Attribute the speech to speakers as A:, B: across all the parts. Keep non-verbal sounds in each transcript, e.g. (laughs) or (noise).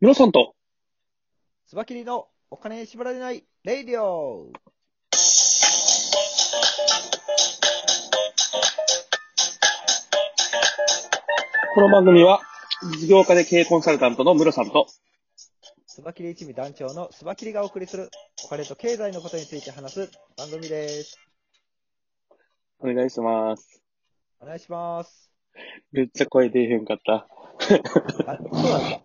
A: ムロさんと、
B: つばきりのお金に縛られないレイディオ
A: この番組は、事業家で経営コンサルタントのムロさんと、
B: つばきり一味団長のつばきりがお送りするお金と経済のことについて話す番組です。
A: お願いします。
B: お願いします。
A: めっちゃ声出えへんかった。
B: あ、そうなんだ。い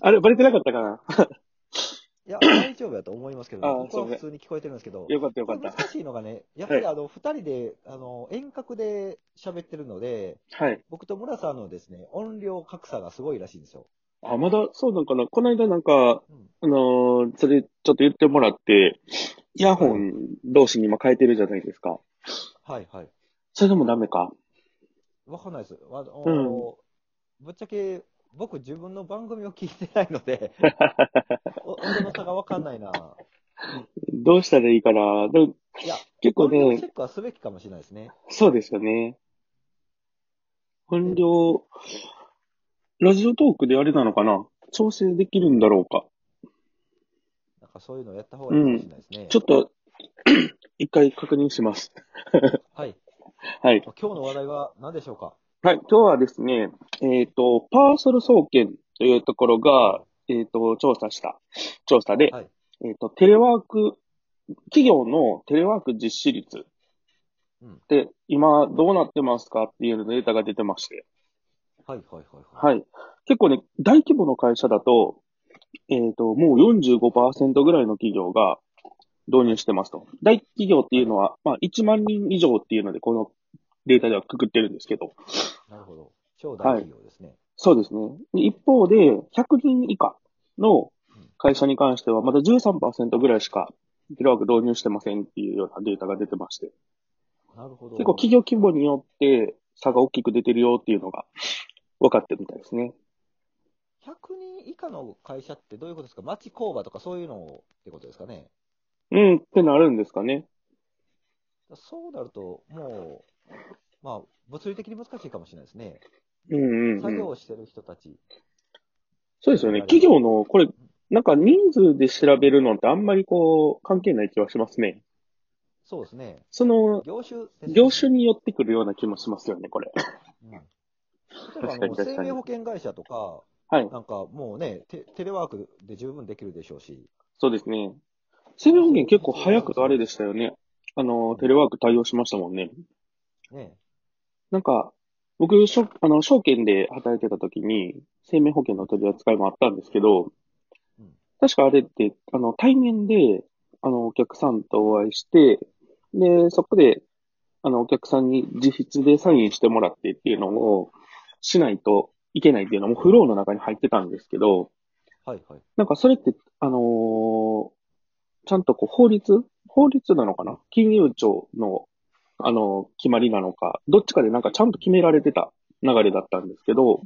A: あれ、バレてなかったかな (coughs)
B: や、大丈夫だと思いますけど、
A: あ
B: 僕
A: そう
B: は
A: ね
B: 普通に聞こえてるんですけど、
A: よかったよかっ
B: これ
A: た。
B: 難しいのがね、やっぱりあの、二人で、あの、遠隔で喋ってるので、
A: はい。
B: 僕と村さんのですね、音量格差がすごいらしいんですよ。
A: あ、まだ、そうなんかな。この間なんか、
B: うん
A: あのーそれ、ちょっと言ってもらって、イヤホン同士に今変えてるじゃないですか。
B: はいはい。
A: それでもダメか。
B: わかんないです。あの、
A: う
B: ぶっちゃけ、僕自分の番組を聞いてない
A: (laughs)
B: ので、お音の差がわかんないな。
A: どうしたらいいかな。でも (laughs)
B: いや、
A: 結構
B: 音量
A: ね
B: チェ、ックはすべきかもしれないですね。
A: そうですよね。音量、ラジオトークであれなのかな調整できるんだろうか。
B: なんかそういうのをやった方がいいかもしれないですね。
A: ちょっと、 (coughs) 一回確認します。
B: はい。
A: はい。
B: 今日の話題は何でしょうか
A: はい、今日はですね、えっ、と、パーソル総研というところが、えっ、と、調査した、調査で、
B: はい
A: えっ、と、テレワーク、企業のテレワーク実施率
B: うん
A: で、今どうなってますかっていうデータが出てまして、
B: はいはいはいはい。
A: はい。結構ね、大規模の会社だと、えっ、と、もう45%ぐらいの企業が導入してますと。大企業っていうのは、まあ、1万人以上っていうので、このデータではくくってるんですけど、
B: なるほど。超大企業ですね。
A: そうですね。で一方で、100人以下の会社に関しては、まだ13%ぐらいしかテレワーク導入してませんっていうようなデータが出てまして、
B: なるほど。
A: 結構企業規模によって差が大きく出てるよっていうのが分かってるみたいですね。
B: 100人以下の会社ってどういうことですか町工場とかそういうのってことですかね
A: うん、ってなるんですかね。
B: そうなると、もう、まあ、物理的に難しいかもしれないですね。
A: うんうん、
B: 作
A: うん。
B: 業してる人たち。
A: そうですよね。企業の、これ、なんか人数で調べるのってあんまりこう、関係ない気はしますね。
B: そうですね。
A: その、
B: 業種ですね
A: 業種によってくるような気もしますよね、これ。
B: うん例えばあ
A: 確かに確
B: の
A: かに
B: 生命保険会社とか、
A: はい。
B: なんかもうねテ、テレワークで十分できるでしょうし、
A: そうですね。生命保険結構早くあれでしたよね。あの、テレワーク対応しましたもんね。
B: ね、
A: なんか、僕、しょ、あの、証券で働いてた時に、生命保険の取り扱いもあったんですけど
B: うん、
A: 確かあれって、あの、対面で、あの、お客さんとお会いして、で、そこで、あの、お客さんに自筆でサインしてもらってっていうのをしないといけないっていうのもフローの中に入ってたんですけど、
B: はいはい。
A: なんかそれって、あのーちゃんとこう法律法律なのかな金融庁の、あのー決まりなのか、どっちかでなんかちゃんと決められてた流れだったんですけど、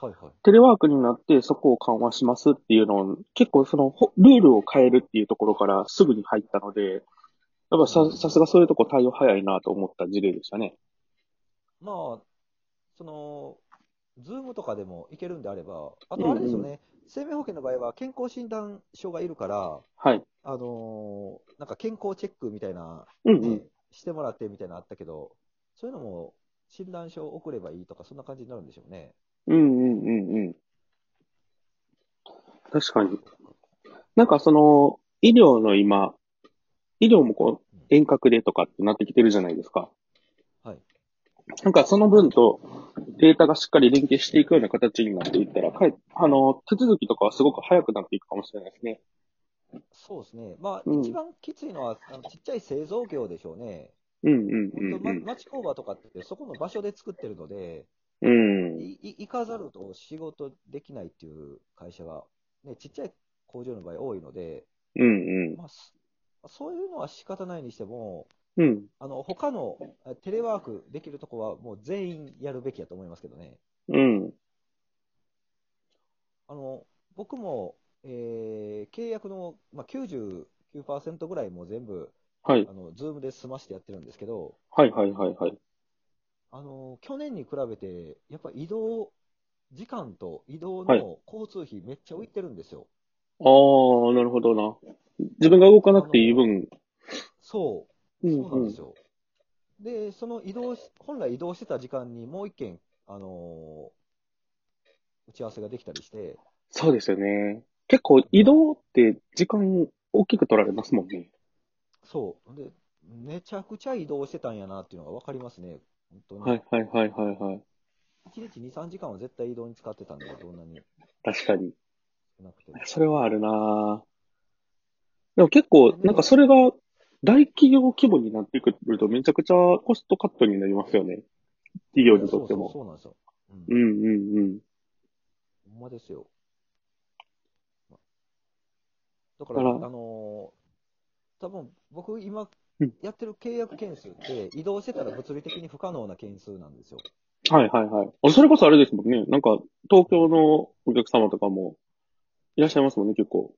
B: はいはい。
A: テレワークになってそこを緩和しますっていうのを、結構そのほルールを変えるっていうところからすぐに入ったので、やっぱささすがそういうとこ対応早いなと思った事例でしたね。
B: まあ、その、ズームとかでもいけるんであれば、あとあれですよね、生命保険の場合は健康診断書がいるから、
A: はい。
B: あのーなんか健康チェックみたいな、
A: うんう
B: ね
A: ん。
B: してもらってみたいなのあったけど、そういうのも診断書を送ればいいとか、そんな感じになるんでしょうね。
A: うんうんうんうん。確かに。なんかその、医療の今、医療もこう、遠隔でとかってなってきてるじゃないですか。
B: はい。
A: なんかその分と、データがしっかり連携していくような形になっていったら、かえあの、手続きとかはすごく早くなっていくかもしれないですね。
B: そうですね。まあ、
A: うん
B: 一番きついのは、あのちっちゃい製造業でしょうね。
A: うんうん
B: 本当、
A: うんう
B: ま、
A: ん。
B: 町工場とかって、そこの場所で作ってるので、
A: うん。
B: いい行かざると仕事できないっていう会社が、ね、ちっちゃい工場の場合多いので、
A: うん
B: まあ、すそういうのは仕方ないにしても、
A: うん。うん。
B: あの他のあテレワークできるとこは、もう全員やるべきやと思いますけどね。
A: うん。
B: あの僕も、えー契約の、まあ、99%ぐらいもう全部、
A: はい。
B: あの、ズームで済ましてやってるんですけど、
A: はいはいはいはい。
B: あの、去年に比べて、やっぱ移動時間と移動
A: はい
B: の交通費めっちゃ浮いてるんですよ。
A: ああ、なるほどな。自分が動かなくていい分。
B: そう。
A: う
B: そ
A: ん
B: うなん
A: う
B: で
A: ん
B: す。よ。で、その移動し、本来移動してた時間にもう一件、あのー打ち合わせができたりして、
A: そうですよね。結構移動って時間大きく取られますもんね。
B: そう。で、めちゃくちゃ移動してたんやなっていうのが分かりますね。本当
A: は
B: に。
A: いはいはいはいはい。
B: 1日2、3時間は絶対移動に使ってたんで、どんなに
A: 確かに。
B: 少なくても。
A: それはあるなでも結構、なんかそれが大企業規模になってくるとめちゃくちゃコストカットになりますよね。企業にとっても。
B: そうそうそうなんですよ。うん
A: うんうんうん。
B: ほんまですよ。まだか
A: だ
B: ら、あ
A: から
B: のー多分僕今
A: うん
B: やってる契約件数って移動してたら物理的に不可能な件数なんですよ。
A: はいはいはい。あそれこそあれですもんね。なんか、東京のお客様とかもいらっしゃいますもんね、結構。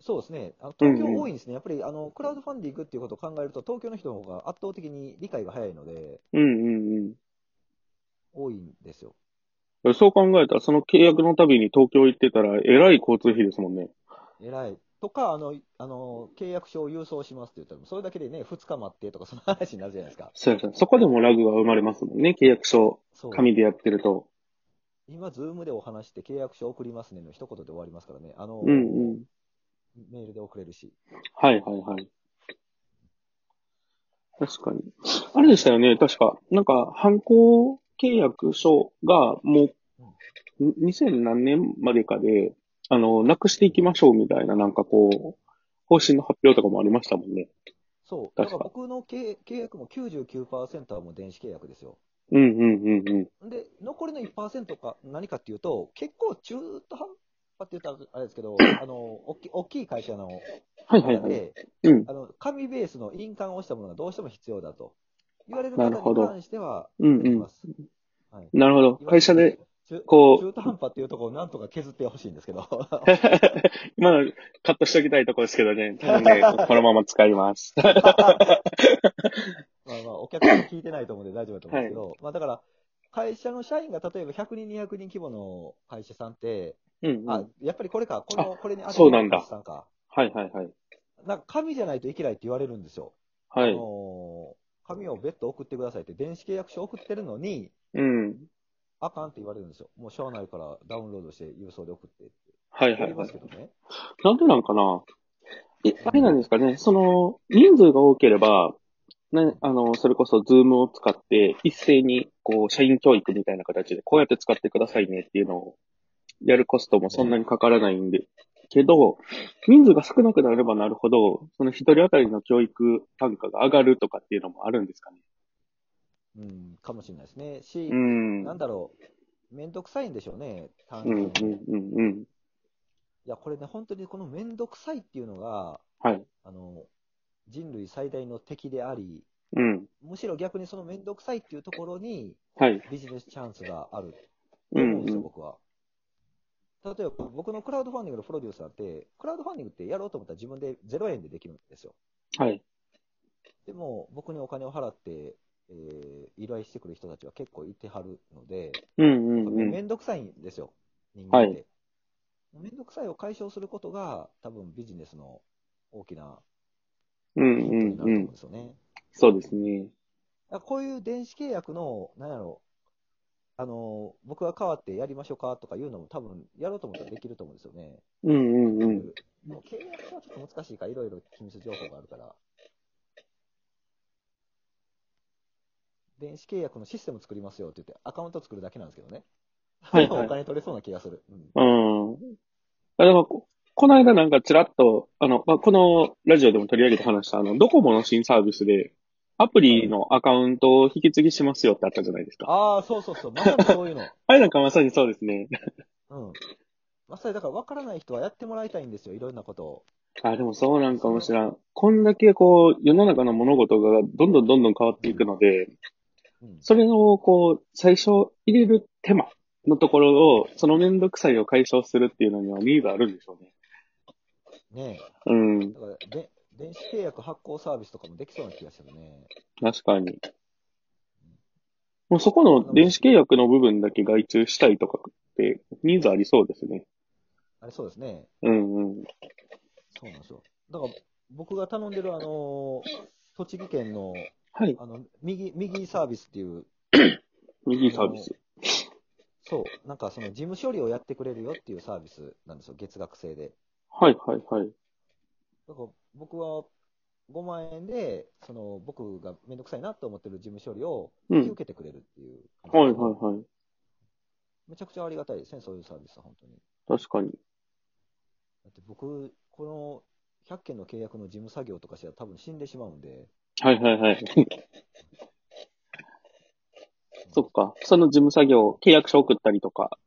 B: そうですね。あの
A: うんうん
B: 東京多いんですね。やっぱりあのクラウドファンディングっていうことを考えると東京の人の方が圧倒的に理解が早いので
A: うんうん
B: 多いんですよ。
A: うん。そう考えたら、その契約のたびに東京行ってたら、えらい交通費ですもんね。
B: 偉い。とか、あの、あの、契約書を郵送しますって言ったら、それだけでね、2日待ってとか、その話になるじゃないですか。
A: そうですね。そこでもラグが生まれますもんね、契約書。
B: そう。
A: 紙でやってると。
B: 今、ズームでお話して契約書送りますねの一言で終わりますからね。あの、
A: うんうん。
B: メールで送れるし。
A: はいはいはい。確かに。あれでしたよね、確か。なんか、犯行契約書がもう、に2000何年までかで、あの、なくしていきましょうみたいな、なんかこう、方針の発表とかもありましたもんね。
B: そう。だ
A: 確
B: か
A: から
B: 僕の契契約も99%はもう電子契約ですよ。
A: うんうんうんうん。
B: で、残りの1%か何かっていうと、結構中途半端って言ったらあれです
A: (coughs)
B: けど、あの、大き大きい会社の
A: はいはい
B: 中
A: はい。
B: で、
A: うん。
B: あの、紙ベースの印鑑を押したものがどうしても必要だと言われる
A: な
B: 方
A: るほど
B: に関しては、
A: うん
B: で
A: う
B: き
A: ん
B: ま。す。はい
A: なるほど。会社で、
B: 中
A: こう、
B: 中途半端っていうところをなんとか削ってほしいんですけど。
A: 今のカットしておきたいところですけどね、多分
B: (laughs)
A: ね、このまま使います。
B: まあまあ、お客さん聞いてないと思うんで大丈夫だと思うんですけど、まあだから、会社の社員が例えば100人、200人規模の会社さんって、
A: うんうん。は
B: あ
A: い、
B: やっぱりこれか、この、これに当
A: そうなんだ
B: 会社さんか。
A: はいはい。
B: なんか、紙じゃないといけないって言われるんですよ。
A: は
B: あ
A: い。
B: のー紙を別途送ってくださいって、電子契約書送ってるのに、
A: うん。
B: あかんって言われるんですよ。もう、社内からダウンロードして、郵送で送ってって
A: はいは
B: 言わ
A: い
B: れま
A: はい
B: す。けどね。
A: なんでなんかなえ、あれなんですかねその、人数が多ければ、な、あの、それこそズームを使って、一斉に、こう、社員教育みたいな形で、こうやって使ってくださいねっていうのを、やるコストもそんなにかからないんで、けど、人数が少なくなればなるほど、その一人当たりの教育単価が上がるとかっていうのもあるんですかね
B: うん、かもしれないですね。し、
A: うん。
B: なんだろう、めんどくさいんでしょうね、単
A: うん、
B: 純
A: う
B: に。
A: ん、うん、うん。
B: いや、これね、本当にこのめんどくさいっていうのが、
A: はい。
B: あの、人類最大の敵であり、
A: うん。
B: むしろ逆にそのめんどくさいっていうところに
A: はい。
B: ビジネスチャンスがある
A: う
B: と
A: ん
B: 思うんですよ、
A: うん。
B: 僕は。例えば僕のクラウドファンディングのプロデューサーって、クラウドファンディングってやろうと思ったら自分で0円でできるんですよ。
A: はい。
B: でも、僕にお金を払って、えー依頼してくる人たちは結構いてはるので、
A: うん、うん、うん。
B: めんどくさいんですよ、人間って。
A: は
B: めんどくさいを解消することが、多分ビジネスの大きな
A: う
B: ヒ
A: ん、
B: ン
A: う
B: トに
A: ん、う
B: なると思うん
A: ん。
B: ですよね。
A: そうですね。
B: だからこういう電子契約の、なんやろう、あの、僕が変わってやりましょうかとかいうのも、多分やろうと思ったらできると思うんですよね。
A: うん、うん、うん。
B: でも契約書はちょっと難しいから、いろいろ機密情報があるから。電子契約のシステム作りますよって言って、アカウント作るだけなんですけどね。
A: はいはい
B: (laughs) お金取れそうな気がする。うん
A: うん。あでもこ、この間なんかちらっと、あの、まあ、このラジオでも取り上げて話した、あの、ドコモの新サービスで、アプリのアカウントを引き継ぎしますよってあったじゃないですか。
B: ああ、そうそうそう、まさにそういうの。
A: あれなんかまさにそうですね。
B: うん。まさにだから分からない人はやってもらいたいんですよ、いろんなことを。
A: あ、でもそうなんかもしらん。こんだけこう、世の中の物事がどんどんどんどん変わっていくので、
B: うん、
A: それをこう、最初入れる手間のところを、そのめんどくさいを解消するっていうのにはニーズあるんでしょうね。
B: ね
A: うん
B: え。、だからで、電子契約発行サービスとかもできそうな気がするね。
A: 確かに。もうそこの電子契約の部分だけ外注したいとかってニーズありそうですね。
B: あれそうですね。
A: うんうん。
B: そうなんですよ。だから、僕が頼んでる、あのー栃木県の、
A: はい。
B: あの、右、右サービスっていう、
A: 右サービス。
B: そう、なんかその事務処理をやってくれるよっていうサービスなんですよ、月額制で。
A: はいはいはい。
B: だから僕は5万円で、その僕がめんどくさいなと思ってる事務処理を
A: う
B: 引き
A: ん。
B: 受けてくれるっていう、
A: はいはいはい。
B: めちゃくちゃありがたいですね、そういうサービスは本当に。
A: 確かに。
B: だって僕、この100件の契約の事務作業とかしたら多分死んでしまうんで、
A: はいはいはい。 (laughs) そっか。その事務作業、契約書送ったりとか。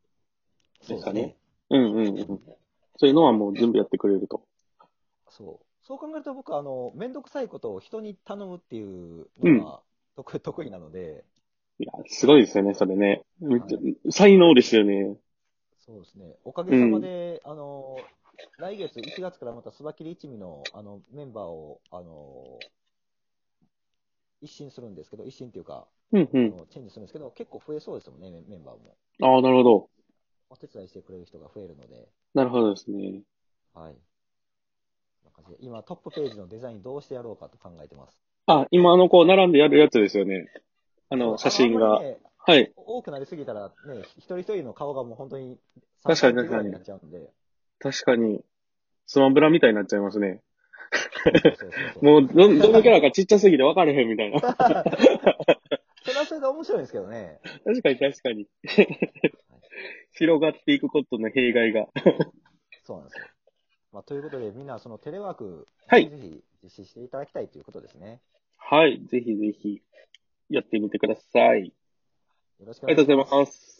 B: そう
A: ですかね。うんうんうん。そういうのはもう全部やってくれると。
B: そう。そう考えると僕は、あの、めんどくさいことを人に頼むっていう
A: うん
B: のが得,、得意なので、
A: いや、すごいですよね、それね。めっちゃ
B: は、
A: 才能ですよね。
B: そうですね。おかげさまで、あの、来月1月からまたスバキリ一味の、あの、メンバーを、あの、一新するんですけど、一新っていうか、
A: うんう
B: あ
A: ん。
B: のチェンジするんですけど、結構増えそうですもんね、メメンバーも。
A: ああ、なるほど。
B: お手伝いしてくれる人が増えるので、
A: なるほどですね。
B: はい。こんな感じで今、トップページのデザインどうしてやろうかと考えてます。
A: あ、今あの、こう、並んでやるやつですよね。あの、
B: そう
A: 写真
B: あんま
A: が
B: り。ね
A: はい。
B: 多くなりすぎたら、ね、一人一人の顔がもう本当に
A: 確かに
B: 3分の一ぐらいになっちゃうんで。
A: 確かに、スマブラみたいになっちゃいますね。
B: そうそうそう
A: もう、ど、どのキャラかちっちゃすぎて分かれへんみたいな。確
B: (laughs) それはそれで面白いんですけどね。
A: かに確かに。広がっていくことの弊害が。
B: そうなんですよ。まあ、ということで、みんなそのテレワーク、
A: はい
B: ぜひ実施していただきたいということですね。
A: はい。ぜひぜひ、やってみてください。
B: よろしく
A: あ
B: お
A: り
B: 願い
A: がとうご
B: しま
A: ざいます。